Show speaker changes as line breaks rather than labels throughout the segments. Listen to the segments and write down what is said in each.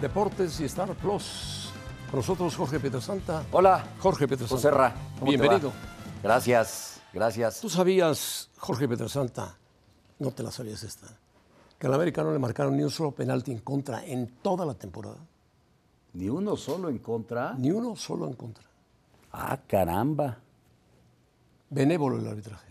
Deportes y Star Plus. Con nosotros Jorge Pietrasanta.
Hola,
Jorge Pietrasanta.
Joserra. ¿cómo te va?
Bienvenido.
Gracias, gracias.
¿Tú sabías, Jorge Pietrasanta, no te la sabías esta, que al americano le marcaron ni un solo penalti en contra en toda la temporada?
Ni uno solo en contra.
Ni uno solo en contra.
Ah, caramba.
Benévolo el arbitraje.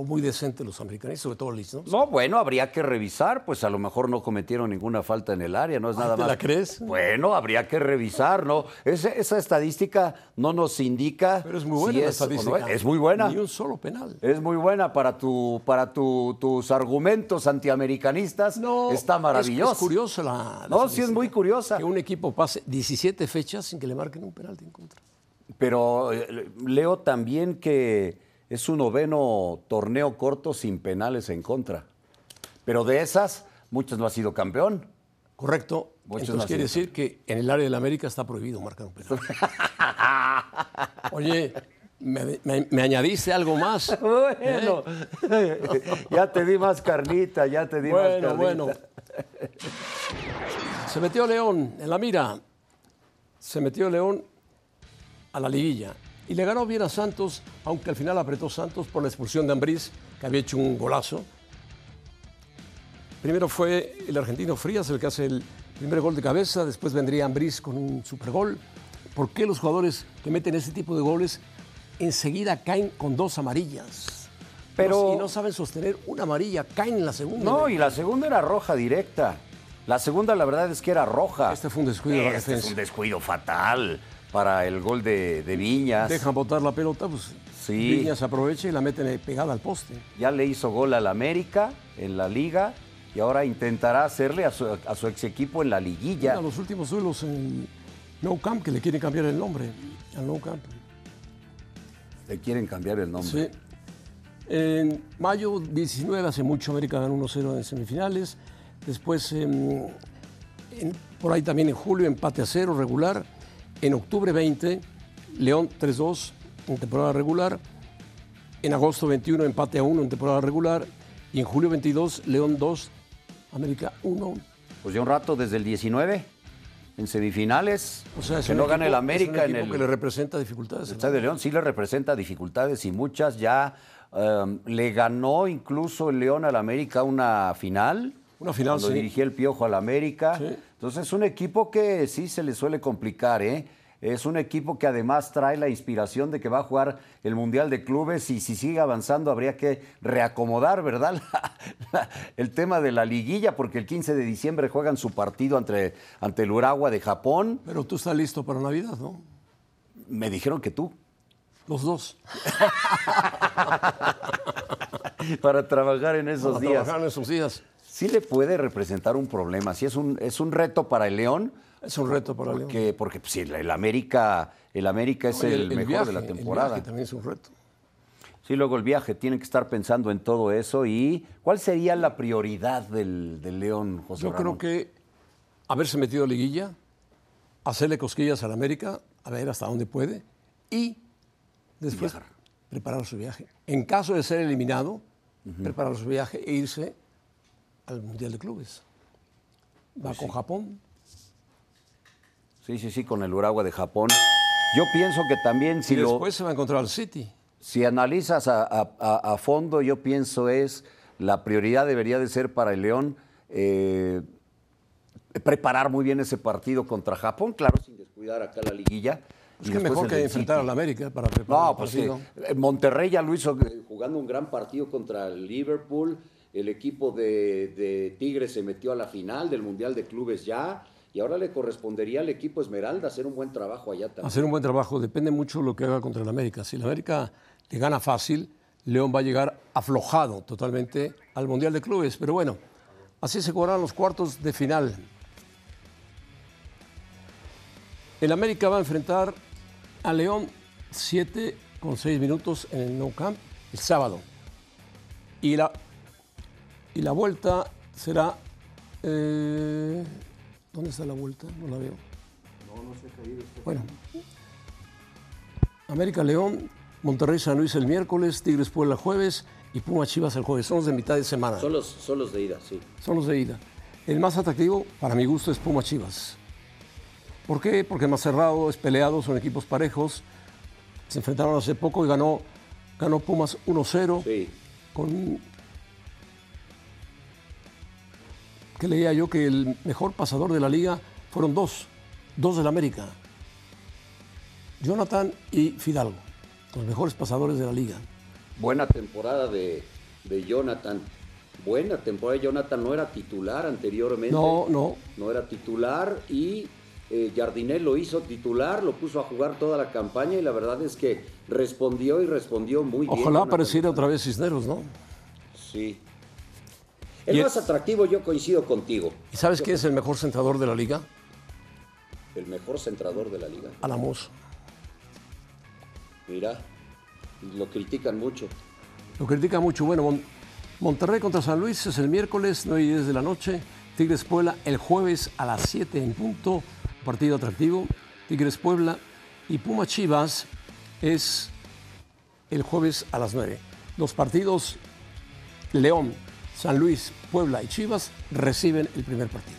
O muy decente los americanos, sobre todo Liz, ¿no?
No, bueno, habría que revisar, pues a lo mejor no cometieron ninguna falta en el área, no es nada
Ah, ¿te
más.
la crees?
Bueno, habría que revisar, ¿no? Ese- esa estadística no nos indica.
Pero es muy buena
si
la
es o no es.
estadística.
es muy buena.
Ni un solo penal.
Es muy buena para tu, para tu- tus argumentos antiamericanistas. está maravillosa.
Es, es curiosa la, la
No, sí
estadística.
es muy curiosa.
Que un equipo pase 17 fechas sin que le marquen un penalti en contra.
Pero eh, leo también que es su noveno torneo corto sin penales en contra. Pero de esas, muchas no ha sido campeón.
Correcto.
Muchos
Entonces
no
quiere decir que en el área de la América está prohibido marcar un penal. Oye, me, me- me añadiste algo más.
Bueno, ya te di más carnita, ya te di
Bueno,
más carnita.
bueno. Se metió León en la mira. Se metió León a la liguilla. Y le ganó bien a Santos, aunque al final apretó Santos por la expulsión de Ambriz, que había hecho un golazo. Primero fue el argentino Frías el que hace el primer gol de cabeza, después vendría Ambriz con un supergol. ¿Por qué los jugadores que meten ese tipo de goles enseguida caen con dos amarillas?
Pero-
y no saben sostener una amarilla, caen en la segunda.
No, y la segunda era roja directa. La segunda, la verdad es que era roja.
Este fue un descuido de la
Este es
defensa.
un descuido fatal para el gol de, de Viñas.
Dejan botar la pelota, pues
Sí.
Viñas aprovecha y la meten eh, pegada al poste.
Ya le hizo gol al América en la liga y ahora intentará hacerle a su, a su ex equipo en la liguilla.
A los últimos duelos en No Camp, que le quieren cambiar el nombre al No Camp.
Le quieren cambiar el nombre.
Sí. En mayo 19, hace mucho, América ganó 1-0 en semifinales. Después, em, en- por ahí también en julio, empate a cero regular. En octubre 20, León 3-2 en temporada regular. En agosto 21, empate a 1 en temporada regular. Y en julio 22, León 2, América 1.
Pues ya un rato desde el 19 en semifinales.
O sea, es
que
un
no
equipo-
gane el
es un
América en
equipo
el,
que le representa dificultades.
el
¿no?
Estadio de León sí le representa dificultades y muchas. Ya em, le ganó incluso el León al América una final.
Una final,
Cuando
sí.
dirigía el Piojo al América. Entonces es un equipo que sí se le suele complicar, ¿eh? Es un equipo que además trae la inspiración de que va a jugar el Mundial de Clubes y si sigue avanzando habría que reacomodar, ¿verdad? La- la- el tema de la liguilla, porque el 15 de diciembre juegan su partido ante, ante el Uragua de Japón.
Pero tú estás listo para Navidad, ¿no?
Me dijeron que tú.
Los dos.
para trabajar en esos
Para
días.
trabajar en esos días.
Sí le puede representar un problema, sí es un, es un reto para el León,
Es un reto para León.
porque, porque pues, sí, el, el América, el América es
No, y
el, mejor
viaje,
de la
el
temporada.
viaje también es un reto.
sí, luego el viaje, tienen que estar pensando en todo eso. ¿Y cuál sería la prioridad del, del León, José
Yo creo
Ramón?
que haberse metido a liguilla, hacerle cosquillas al América, a ver hasta dónde puede, y después
Viajar.
preparar su viaje. En caso de ser eliminado, preparar su viaje e irse al Mundial de Clubes. Va
Pues
con Japón.
Sí, sí, sí, con el Uragua de Japón. Yo pienso que también si
y
lo...
después se va a encontrar al City.
si analizas a, a- a- a fondo, yo pienso es la prioridad debería de ser para el León eh, preparar muy bien ese partido contra Japón, claro, sin descuidar acá la liguilla.
Es
y
que
después
mejor
el
que
del
enfrentar
City.
al América para preparar
No,
el
pues sí.
partido.
Eh, Monterrey ya lo hizo eh, jugando un gran partido contra el Liverpool. Eh,
el equipo de, de Tigres se metió a la final del Mundial de Clubes ya, y ahora le correspondería al equipo Esmeralda hacer un buen trabajo allá también.
Hacer un buen trabajo, depende mucho de lo que haga contra el América. Si el América te gana fácil, León va a llegar aflojado totalmente al Mundial de Clubes. Pero bueno, así se cobrarán los cuartos de final. El América va a enfrentar a León 7 con 6 minutos en el No Camp el sábado. Y la, y la vuelta será. eh, ¿Dónde está la vuelta? No la veo. Bueno. América León, Monterrey San Luis el miércoles, Tigres Puebla jueves y Puma Chivas el jueves. Son los de mitad de semana.
Son los, son los de ida, sí.
Son los de ida. El más atractivo, para mi gusto, es Puma Chivas. ¿Por qué? Porque es más cerrado, es peleado, son equipos parejos. Se enfrentaron hace poco y ganó, ganó Pumas 1-0
Sí,
con que leía yo que el mejor pasador de la liga fueron dos, dos del América, Jonathan y Fidalgo, los mejores pasadores de la liga.
buena temporada de, de Jonathan. Buena temporada de Jonathan, no era titular anteriormente.
No, no,
no era titular y eh, Jardinet lo hizo titular, lo puso a jugar toda la campaña y la verdad es que respondió y respondió muy bien.
ojalá
Jonathan.
apareciera otra vez Cisneros, ¿no?
Sí. El
Y el-
más atractivo, yo coincido contigo.
¿Y sabes quién es el mejor sentador de la liga?
El mejor centrador de la liga.
Alamos.
Mira, lo critican mucho.
Lo critica mucho. Bueno, Mon- Monterrey contra San Luis es el miércoles, 9 y 10 de la noche. Tigres Puebla el jueves a las 7 en punto. Partido atractivo. Tigres Puebla y Puma Chivas es el jueves a las 9. Los partidos León, San Luis, Puebla y Chivas reciben el primer partido.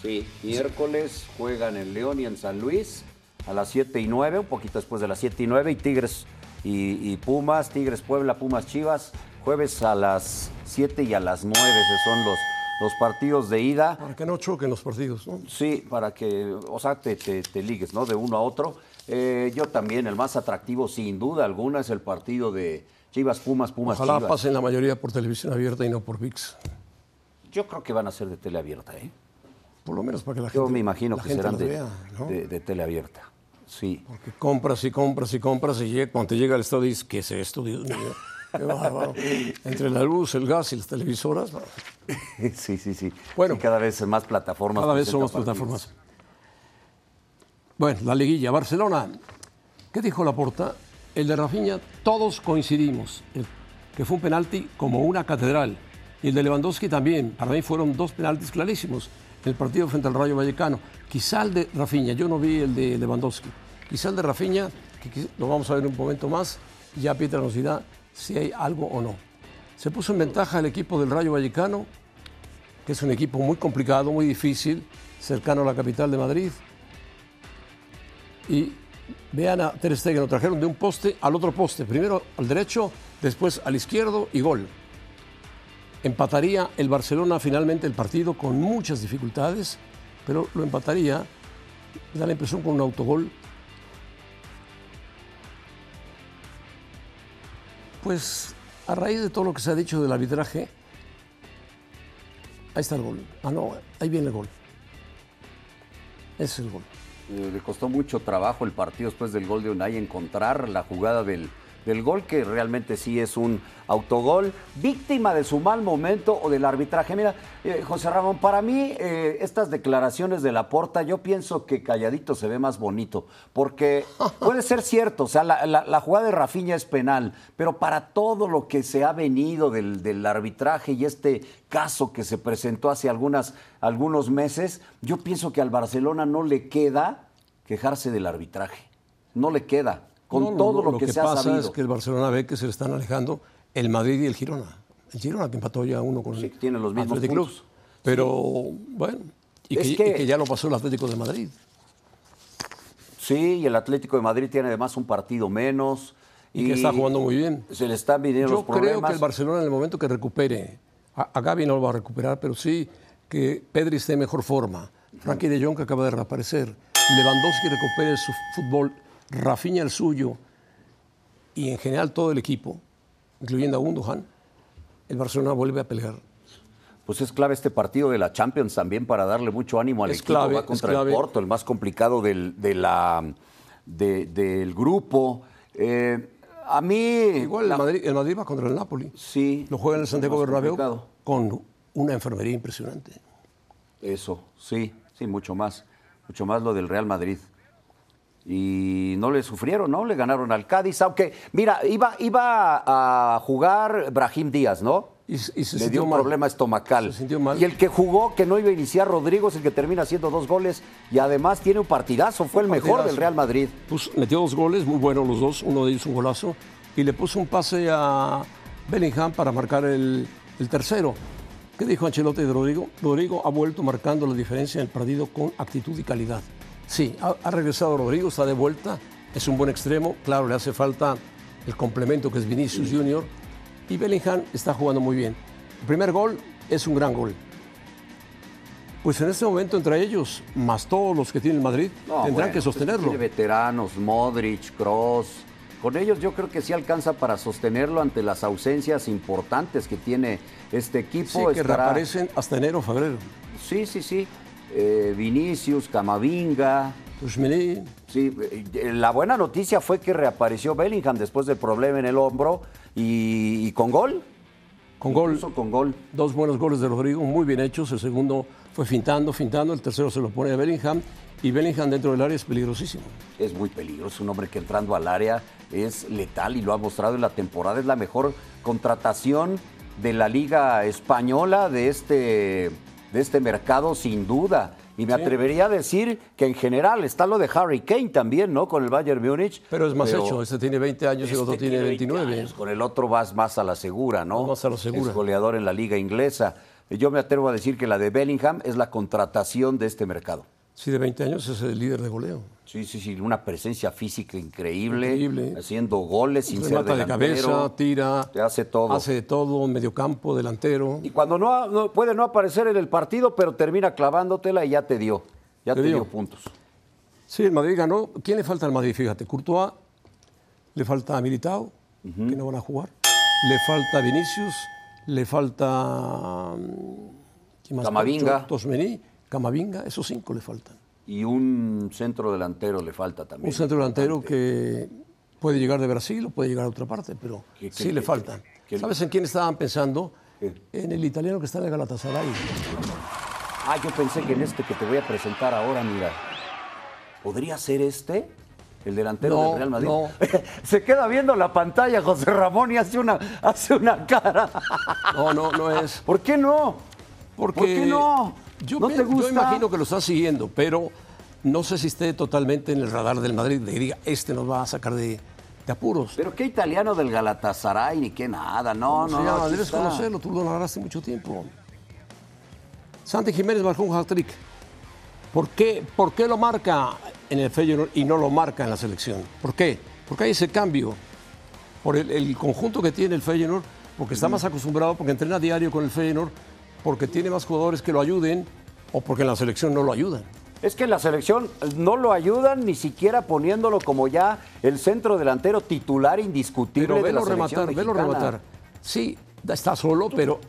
Sí.
Miércoles juegan en León y en San Luis a las 7 y 9, un poquito después de las 7 y 9, y Tigres y, y Pumas, Tigres Puebla, Pumas Chivas, jueves a las 7 y a las 9, esos son los, los partidos de ida.
Para que no choquen los partidos, ¿no?
Sí, para que, o sea, te, te- te ligues, ¿no? De uno a otro. Eh, yo también, el más atractivo, sin duda alguna, es el partido de Chivas Pumas, Pumas
Ojalá
Chivas.
pasen la mayoría por televisión abierta y no por VIX.
Yo creo que van a ser de tele abierta, ¿eh?
Por lo menos para que la
Yo
gente
me imagino
la
que
gente
serán
las
de,
vea, ¿no?
de- de tele abierta. Sí.
Porque compras y compras y compras y llega- cuando te llega al estado dices, ¿qué es esto? Dios mío, qué bárbaro. Entre la luz, el gas y las televisoras, bueno,
Sí, sí, sí.
Bueno.
Y cada vez más plataformas.
cada vez
presentan
somos
partidos.
plataformas. Bueno, la liguilla, Barcelona. ¿Qué dijo Laporta? El de Rafinha, todos coincidimos, el- que fue un penalti como una catedral. Y el de Lewandowski también. Para mí fueron dos penaltis clarísimos. El partido frente al Rayo Vallecano. Quizá el de Rafinha, yo no vi el de Lewandowski. Quizá el de Rafinha, que quiz- lo vamos a ver un momento más, ya Pietra nos dirá si hay algo o no. Se puso en ventaja el equipo del Rayo Vallecano, que es un equipo muy complicado, muy difícil, cercano a la capital de Madrid y vean a Ter Stegen, lo trajeron de un poste al otro poste, primero al derecho, después al izquierdo y gol. Empataría el Barcelona finalmente el partido con muchas dificultades, pero lo empataría, me da la impresión con un autogol. Pues a raíz de todo lo que se ha dicho del arbitraje, ahí está el gol. Ah, no, ahí viene el gol. Ese es el gol.
Eh, le costó mucho trabajo el partido después del gol de Unai encontrar la jugada del, del gol, que realmente sí es un autogol, víctima de su mal momento o del arbitraje. Mira, eh, José Ramón, para mí eh, estas declaraciones de Laporta, yo pienso que calladito se ve más bonito, porque puede ser cierto, o sea, la, la- la jugada de Rafinha es penal, pero para todo lo que se ha venido del, del arbitraje y este caso que se presentó hace algunas, algunos meses, yo pienso que al Barcelona no le queda quejarse del arbitraje. No le queda. Con
No,
todo lo, que,
que
se ha
pasa
sabido.
es que el Barcelona ve que se le están alejando el Madrid y el Girona. El Girona que empató ya uno con
Sí,
el
que tienen los mismos
Athletic Club.
puntos.
Pero bueno, y
Es
que, y
que-
que ya lo pasó el Atlético de Madrid.
Sí, y el Atlético de Madrid tiene además un partido menos.
Y que está jugando muy bien.
Se le están viniendo los
Yo
problemas.
creo que el Barcelona en el momento que recupere, a, a Gavi no lo va a recuperar, pero sí que Pedri esté en mejor forma, Frankie de Jong que acaba de reaparecer, Lewandowski recupere su fútbol, Rafinha el suyo y en general todo el equipo, incluyendo a Gundogan, el Barcelona vuelve a pelear.
Pues es clave este partido de la Champions también para darle mucho ánimo al
Es
equipo.
clave,
Va contra
es clave.
el Porto, el más complicado del, de la- de- del grupo. Eh, a mí.
Igual
la-
el, Madrid, el Madrid va contra el Napoli.
Sí.
Lo juega en el
es
Santiago
más
Bernabéu
complicado.
con una enfermería impresionante.
Eso, sí, sí, mucho más. Mucho más lo del Real Madrid. Y no le sufrieron, ¿no? Le ganaron al Cádiz, aunque, mira, iba, iba a jugar Brahim Díaz, ¿no?
Y, s- y se
le
sintió
dio un
mal.
problema estomacal.
Se sintió mal.
Y el que jugó, que no iba a iniciar, Rodrigo, es el que termina haciendo dos goles y además tiene un partidazo, fue el mejor
partidazo.
del Real Madrid.
Puso- metió dos goles, muy buenos los dos, uno de ellos un golazo, y le puso un pase a Bellingham para marcar el, el tercero. ¿Qué dijo Ancelotti de Rodrigo? Rodrigo ha vuelto marcando la diferencia en el partido con actitud y calidad. Sí, ha, ha regresado Rodrigo, está de vuelta, es un buen extremo, claro, le hace falta el complemento que es Vinicius Junior, y Bellingham está jugando muy bien. El primer gol es un gran gol. Pues en este momento entre ellos, más todos los que tiene el Madrid,
No,
tendrán
bueno,
que
pues,
sostenerlo.
tiene veteranos, Modric, Cross. Con ellos yo creo que sí alcanza para sostenerlo ante las ausencias importantes que tiene este equipo.
Sí, que
Estará-
reaparecen hasta enero o febrero.
Sí, sí, sí. Eh, Vinicius, Camavinga.
Tushmini,
Sí, eh, la buena noticia fue que reapareció Bellingham después del problema en el hombro y, y con gol.
con gol,
Incluso con gol.
dos buenos goles de Rodrigo, muy bien hechos. El segundo fue fintando, fintando. El tercero se lo pone a Bellingham. Y Bellingham dentro del área es peligrosísimo.
Es muy peligroso, un hombre que entrando al área es letal y lo ha mostrado en la temporada. Es la mejor contratación de la liga española de este, de este mercado, sin duda. Y me atrevería a decir que en general está lo de Harry Kane también, ¿no? Con el Bayern Múnich.
Pero es más hecho. Este tiene 20 años y el otro
Este
tiene
20
29.
años, Con el otro vas más a la segura, ¿no?
Vas más a la segura.
Es goleador en la liga inglesa. Yo me atrevo a decir que la de Bellingham es la contratación de este mercado.
Sí, de 20 años es el líder de goleo.
Sí, sí, sí, una presencia física increíble,
Increíble.
haciendo goles sin ser
Remata de
delantero.
cabeza, tira.
Te hace todo.
Hace de todo, mediocampo, delantero.
Y cuando no, no- puede no aparecer en el partido, pero termina clavándotela y ya te dio, ya
Te
te,
dio.
dio puntos.
Sí, el Madrid ganó. ¿Quién le falta al Madrid? Fíjate, Courtois, le falta a Militao, que no van a jugar. Le falta Vinicius, le falta. mm, ¿Quién más?
Camavinga.
Tosmení, Camavinga, esos cinco le faltan.
Y un centro delantero le falta
Un
también.
centro delantero que puede llegar de Brasil o puede llegar a otra parte, pero
¿Qué- qué-
sí le
qué-
faltan.
qué-
¿Sabes en quién estaban pensando?
¿Quién?
En el italiano que está en el Galatasaray.
Ah, yo pensé que en este que te voy a presentar ahora, mira, ¿podría ser este? El delantero
No,
del Real Madrid.
no.
Se queda viendo la pantalla José Ramón y hace una, hace una cara.
No, no, no es.
¿Por qué no?
Porque
¿Por qué no?
Yo,
¿No
pe-
te
yo
gusta?
imagino que lo están siguiendo, pero no sé si esté totalmente en el radar del Madrid. De que diga, este nos va a sacar de, de apuros.
Pero qué italiano del Galatasaray, ni qué nada, no,
Se
no.
llama,
aquí
debes
está.
Pues conocerlo, tú lo narraste mucho tiempo. Santi Jiménez marcó un hat-trick. ¿Por qué, ¿Por qué lo marca en el Feyenoord y no lo marca en la selección? ¿Por qué? Porque hay ese cambio. Por el, el conjunto que tiene el Feyenoord, porque está más acostumbrado, porque entrena diario con el Feyenoord, porque tiene más jugadores que lo ayuden o porque en la selección no lo ayudan.
Es que la selección no lo ayudan ni siquiera poniéndolo como ya el centro delantero titular indiscutible
Pero
de la
velo
selección
rematar, velo
mexicana.
rematar. Sí, está solo, pero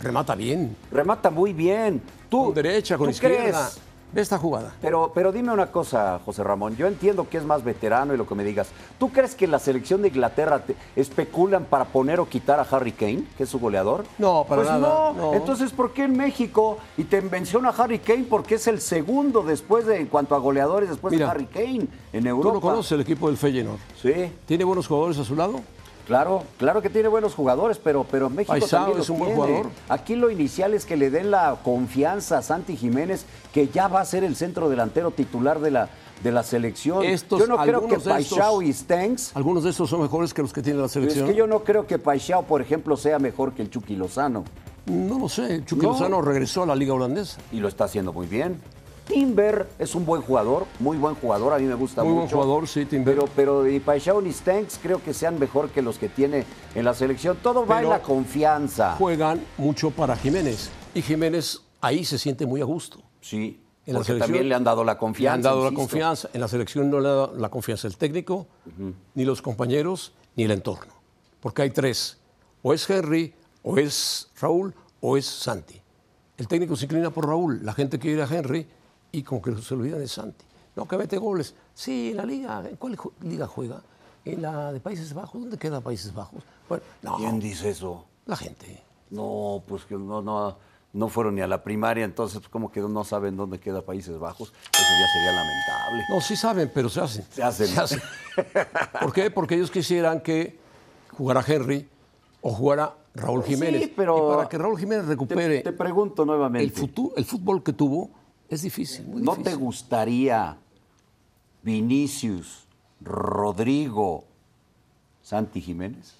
remata bien.
Remata muy bien. Tú,
Con derecha, con
¿tú
izquierda.
crees?
Ve esta jugada.
Pero, pero dime una cosa, José Ramón. Yo entiendo que es más veterano y lo que me digas. ¿Tú crees que en la selección de Inglaterra te- especulan para poner o quitar a Harry Kane, que es su goleador?
No, para
pues
nada,
No.
no.
Entonces, ¿por qué en México? Y te menciona a Harry Kane porque es el segundo después de, en cuanto a goleadores, después de
Mira,
Harry Kane en
Tú
Europa.
lo conoces, el equipo del Feyenoord.
Sí.
¿Tiene buenos jugadores a su lado?
Claro, claro que tiene buenos jugadores, pero, pero México
Paisao
también
es
los
un buen
tiene.
jugador.
Aquí lo inicial es que le den la confianza a Santi Jiménez, que ya va a ser el centro delantero titular de la, de la selección.
Estos,
yo no creo
algunos
que
de estos-
Paisao y Stengs,
Algunos de estos son mejores que los que tiene la
es
selección.
que yo no creo que Paisao, por ejemplo, sea mejor que el Chucky Lozano.
No lo sé. Chucky
No.
Lozano regresó a la Liga Holandesa.
Y lo está haciendo muy bien. Timber es un buen jugador, muy buen jugador, a mí me gusta
Muy
mucho.
buen jugador, sí, Timber.
Pero, pero ni Paixão ni Stengs creo que sean mejor que los que tiene en la selección. Todo va en
Pero-
la confianza.
Juegan mucho para Jiménez. Y Jiménez ahí se siente muy a gusto.
Sí,
En la
porque
selección
también le han dado la confianza.
Le han dado la
insisto.
confianza. En la selección no le ha dado la confianza el técnico, ni los compañeros, ni el entorno. Porque hay tres. O es Henry, O es Raúl o es Santi. El técnico se inclina por Raúl, la gente quiere ir a Henry y como que se olvidan de Santi. No, que mete goles. Sí, en la liga, ¿en cuál ju- liga juega? En la de Países Bajos. ¿Dónde queda Países Bajos? Bueno, no,
¿Quién dice eso?
la gente.
No, pues que no, no, no fueron ni a la primaria, entonces pues, como que no saben dónde queda Países Bajos, eso ya sería lamentable.
No, sí saben, pero se hacen.
Se hacen.
¿Por qué? Porque ellos quisieran que jugara Henry o jugara Raúl
Sí,
Jiménez.
pero-
Y para que Raúl Jiménez recupere
Te, te pregunto nuevamente.
el, futu- el fútbol que tuvo, es difícil, muy
¿No te
difícil.
gustaría Vinicius, Rodrigo, Santi Jiménez?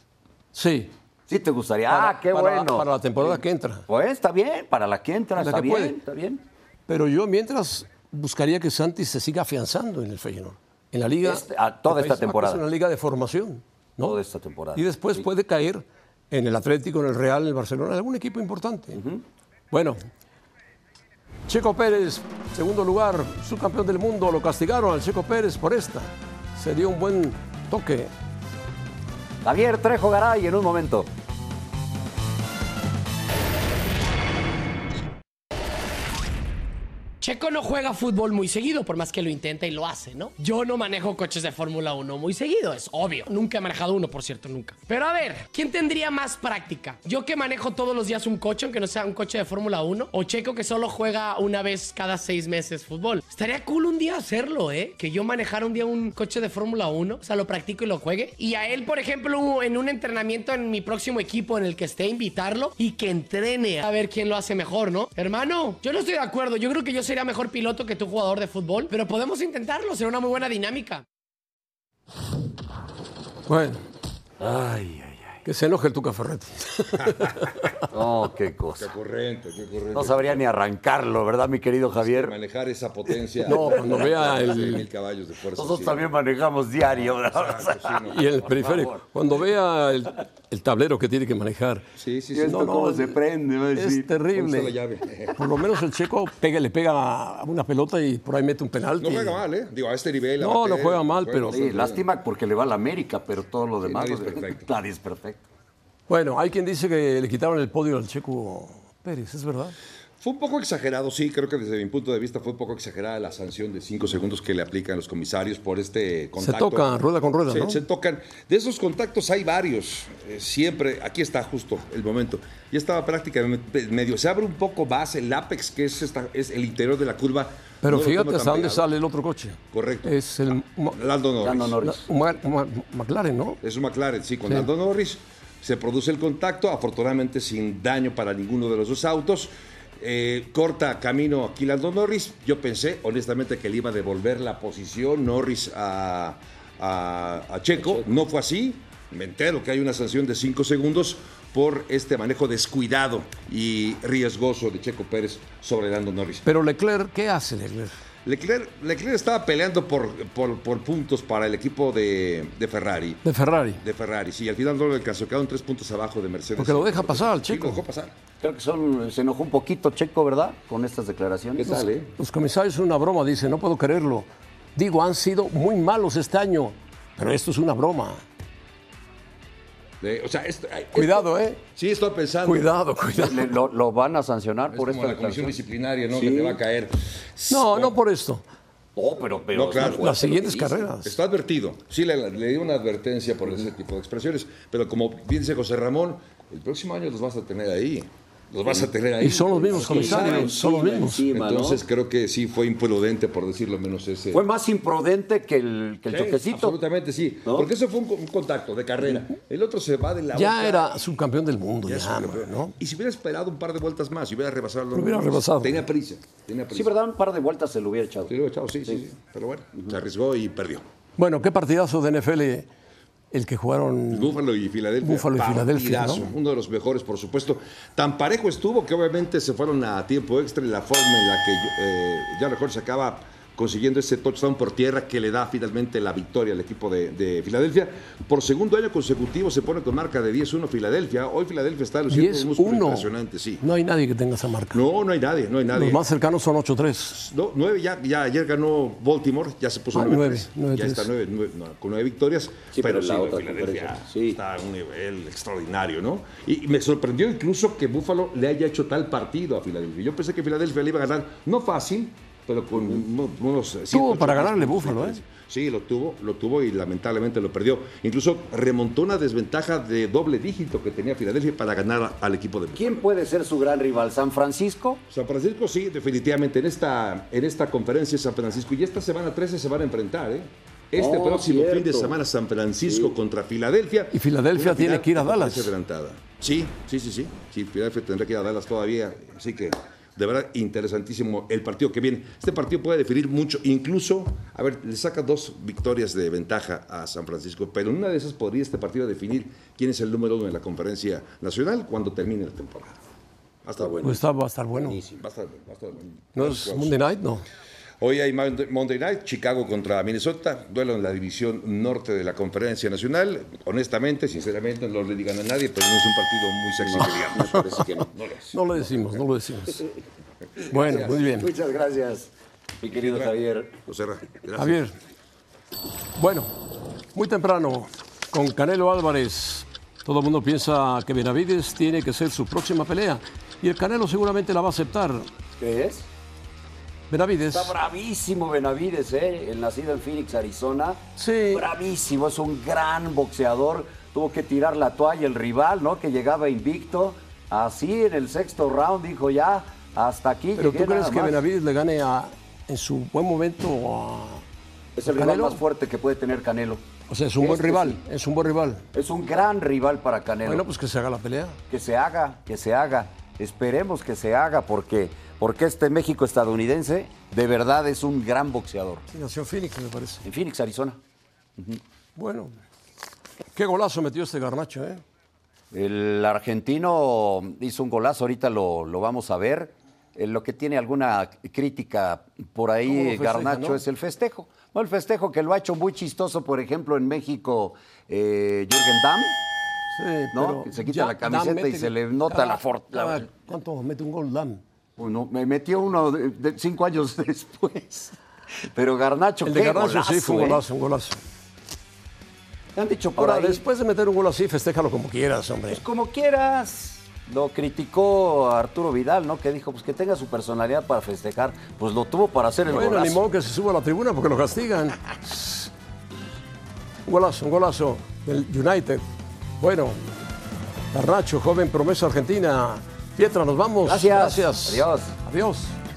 Sí.
Sí, te gustaría.
Para-
ah, qué
para-
bueno.
Para la temporada que entra.
Pues está bien, para la que entra,
La
está
que
bien,
puede.
está bien.
Pero yo mientras buscaría que Santi se siga afianzando en el Feyenoord. En la liga.
Este- ah, toda
de
esta
Países Bajos,
temporada.
En la liga de formación. ¿no?
Toda esta temporada.
Y después puede caer en el Atlético, en el Real, en el Barcelona, en algún equipo importante. Bueno. Checo Pérez, segundo lugar, subcampeón del mundo. Lo castigaron al Checo Pérez por esta. Se dio un buen toque.
Javier Trejo Garay, en un momento.
Checo no juega fútbol muy seguido, por más que lo intenta y lo hace, ¿no? Yo no manejo coches de Fórmula 1 muy seguido, es obvio. Nunca he manejado uno, por cierto, nunca. Pero a ver, ¿quién tendría más práctica? ¿Yo que manejo todos los días un coche, aunque no sea un coche de Fórmula 1? ¿O Checo que solo juega una vez cada seis meses fútbol? Estaría cool un día hacerlo, ¿eh? Que yo manejara un día un coche de Fórmula 1, o sea, lo practico y lo juegue. Y a él, por ejemplo, en un entrenamiento en mi próximo equipo en el que esté, invitarlo y que entrene a ver quién lo hace mejor, ¿no? Hermano, yo no estoy de acuerdo. Yo creo que yo sería mejor piloto que tu jugador de fútbol, pero podemos intentarlo. Será una muy buena dinámica.
Bueno,
Ay, ay, ay.
que se enoje el Tuca Ferretti.
Oh, qué cosa.
Corriente, qué corriente.
No sabría ni arrancarlo, ¿verdad, mi querido Javier?
manejar esa potencia.
No, cuando vea el-
6.000 caballos de fuerza.
Nosotros
sí.
también manejamos diario. ¿verdad?
Y el periférico. Cuando vea el, el tablero que tiene que manejar.
Sí, sí,
Y
sí.
esto cómo se prende, va a decir.
Es terrible.
¿Dónde está la llave?
Por lo menos el checo pega, le pega a una pelota y por ahí mete un penalti.
No juega mal, ¿eh? Digo, a este nivel.
No, no juega mal, pero-
Sí, lástima porque le va a la América, pero todo lo demás.
nadie es perfecto.
Nadie es perfecto.
Bueno, hay quien dice que le quitaron el podio al checo Pérez, ¿es verdad?
Fue un poco exagerado, sí, creo que desde mi punto de vista fue un poco exagerada la sanción de cinco segundos que le aplican los comisarios por este contacto.
tocan, rueda con rueda,
se,
¿no?
Se tocan. De esos contactos hay varios, eh, siempre, aquí está justo el momento. Ya estaba prácticamente medio, se abre un poco más el apex, que es, esta- es el interior de la curva.
Pero
No lo
fíjate
toma tan
hasta dónde
pegado.
sale el otro coche.
Correcto. Ah,
Es el Ma-
Lando Norris.
Lando Norris.
la- Ma- Ma- McLaren, ¿no?
Es un McLaren, sí, con
Sí.
Lando Norris. Se produce el contacto, afortunadamente sin daño para ninguno de los dos autos. Eh, corta camino aquí Lando Norris. Yo pensé, honestamente, que le iba a devolver la posición Norris a, a- a Checo. No fue así. Me entero que hay una sanción de 5 segundos por este manejo descuidado y riesgoso de Checo Pérez sobre Lando Norris.
Pero Leclerc, ¿qué hace Leclerc?
Leclerc, Leclerc estaba peleando por, por- por puntos para el equipo de, de Ferrari
De Ferrari.
de Ferrari. Sí, al final no lo alcanzó, quedaron tres puntos abajo de Mercedes.
Porque lo deja pasar al
Sí, lo
chico.
dejó pasar.
Creo que son, se enojó un poquito Checo, ¿verdad? Con estas declaraciones.
¿Qué tal, eh?
Los comisarios son una broma, dice, no puedo creerlo. Digo, han sido muy malos este año, pero esto es una broma.
De- o sea, esto- ay, esto-
Cuidado, ¿eh?
Sí, estoy pensando.
Cuidado, cuidado.
Le- lo, lo van a sancionar
Es
por
como
esta
la
declaración.
comisión disciplinaria,
Sí.
¿no? Que te va a caer.
No, no por esto.
Oh, pero, pero
No, claro.
Las siguientes carreras.
Está advertido. Sí, le, le dio una advertencia por ese tipo de expresiones. Pero como bien dice José Ramón, el próximo año los vas a tener ahí. Los vas a tener ahí.
Y son los mismos comisarios, son los mismos.
Encima, ¿no?
Entonces creo que sí fue imprudente, por decirlo menos, ese.
Fue más imprudente que el, que el
Sí,
choquecito.
Absolutamente sí.
¿No?
Porque eso fue un, co- un contacto de carrera. El otro se va de la
Ya
boca.
era subcampeón del mundo, ya, ¿no?
Y si hubiera esperado un par de vueltas más, si hubiera rebasado el
Lo hubiera
Norris,
rebasado.
Tenía prisa. Tenía prisa.
Sí, ¿verdad? Un par de vueltas se lo hubiera echado.
Sí, lo hubiera echado, sí, sí, sí. Pero bueno, se arriesgó y perdió.
Bueno, qué partidazo de NFL el que jugaron.
Búfalo y Filadelfia.
Búfalo y Filadelfia,
partidazo,
¿no?
Uno de los mejores, por supuesto. Tan parejo estuvo que obviamente se fueron a tiempo extra y la forma en la que eh, John Record sacaba consiguiendo ese touchdown por tierra que le da finalmente la victoria al equipo de, de Filadelfia. Por segundo año consecutivo se pone con marca de 10-1 Filadelfia. Hoy Filadelfia está luciendo un músculo
uno.
impresionante, sí.
No hay nadie que tenga esa marca.
No, no hay nadie, no hay nadie.
Los más cercanos son 8-3.
No, nueve, ya, ya ayer ganó Baltimore, ya se puso
Ah,
9
nueve, nueve,
Ya
tres.
está nueve, nueve, no, con nueve victorias,
Sí,
pero,
pero la
sí,
otra
Filadelfia
conferencia, sí.
está a un nivel extraordinario, ¿no? Y, y me sorprendió incluso que Buffalo le haya hecho tal partido a Filadelfia. Yo pensé que Filadelfia le iba a ganar, no fácil, pero con uno- unos...
Tuvo para
108 puntos,
ganarle
me
Buffalo, ¿eh?
parece. Sí, lo tuvo, lo tuvo y lamentablemente lo perdió. Incluso remontó una desventaja de doble dígito que tenía Filadelfia para ganar a- al equipo de Buffalo.
¿Quién puede ser su gran rival? ¿San Francisco?
San Francisco sí, definitivamente. En esta, en esta conferencia San Francisco. Y esta semana 13 se van a enfrentar, ¿eh? Este
Oh,
próximo fin de
cierto.
semana San Francisco contra Filadelfia.
Y Filadelfia
Una
tiene
final
que ir a
con
Dallas.
conferencia adelantada. Sí, sí, sí, sí. Sí, Filadelfia tendrá que ir a Dallas todavía. Así que, de verdad, interesantísimo el partido que viene. Este partido puede definir mucho. Incluso, a ver, le saca dos victorias de ventaja a San Francisco. Pero en una de esas podría este partido definir quién es el número uno en la conferencia nacional cuando termine la temporada. Hasta bueno.
Pues está, va a estar bueno.
Va a estar bueno, va a estar bueno.
¿No es Monday Night? No.
Hoy hay Monday Monday Night, Chicago contra Minnesota, duelo en la división norte de la Conferencia Nacional. Honestamente, sinceramente, no le digan a nadie, pero no es un partido muy sexy, que digamos.
Me parece que no.
No lo decimos, no lo decimos. Bueno, muy bien.
Muchas gracias, mi querido Javier.
José Ra, gracias.
Javier. Bueno, muy temprano, con Canelo Álvarez. Todo el mundo piensa que Benavides tiene que ser su próxima pelea. Y el Canelo seguramente la va a aceptar.
¿Qué es?
Benavides.
Está bravísimo Benavides, ¿eh? el nacido en Phoenix, Arizona.
Sí.
Bravísimo, es un gran boxeador. Tuvo que tirar la toalla el rival, ¿no? Que llegaba invicto. Así en el sexto round dijo ya, hasta aquí
Pero
llegué
tú crees
nada
que
más.
Benavides le gane a, en su buen momento a.
Es el rival
Canelo?
más fuerte que puede tener Canelo.
O sea, es un buen
Este
rival,
sí.
es un buen rival.
Es un gran rival para Canelo.
Bueno, pues que se haga la pelea.
Que se haga, que se haga. Esperemos que se haga porque, porque este México estadounidense de verdad es un gran boxeador.
Sí, nació en Phoenix, me parece.
En Phoenix, Arizona.
Bueno, qué golazo metió este garnacho, ¿eh?
El argentino hizo un golazo, ahorita lo, lo vamos a ver. Eh, lo que tiene alguna crítica por
¿Cómo
ahí,
lo festeja,
Garnacho,
no?
es el festejo. No, el festejo que lo ha hecho muy chistoso, por ejemplo, en México, eh, Jürgen Damm.
Sí,
No, que se quita la camiseta y se le nota la for- la-
cada- Ah, ¿Cuánto mete un gol Dam?
Uno- me metió uno de- de cinco años después. Pero Garnacho,
El
qué
de Garnacho
golazo,
sí fue un
¿eh?
golazo, un golazo.
Han dicho por
Ahora,
ahí,
después de meter un gol así, festéjalo como quieras, hombre.
pues, como quieras. Lo criticó Arturo Vidal, ¿no? Que dijo, pues que tenga su personalidad para festejar. Pues lo tuvo para hacer el
Bueno, ni
golazo.
modo que se suba a la tribuna porque lo castigan. Un golazo, un golazo del United. Bueno, Garnacho, joven promesa argentina. Pietra, nos vamos.
Gracias.
Gracias.
Adiós.
Adiós.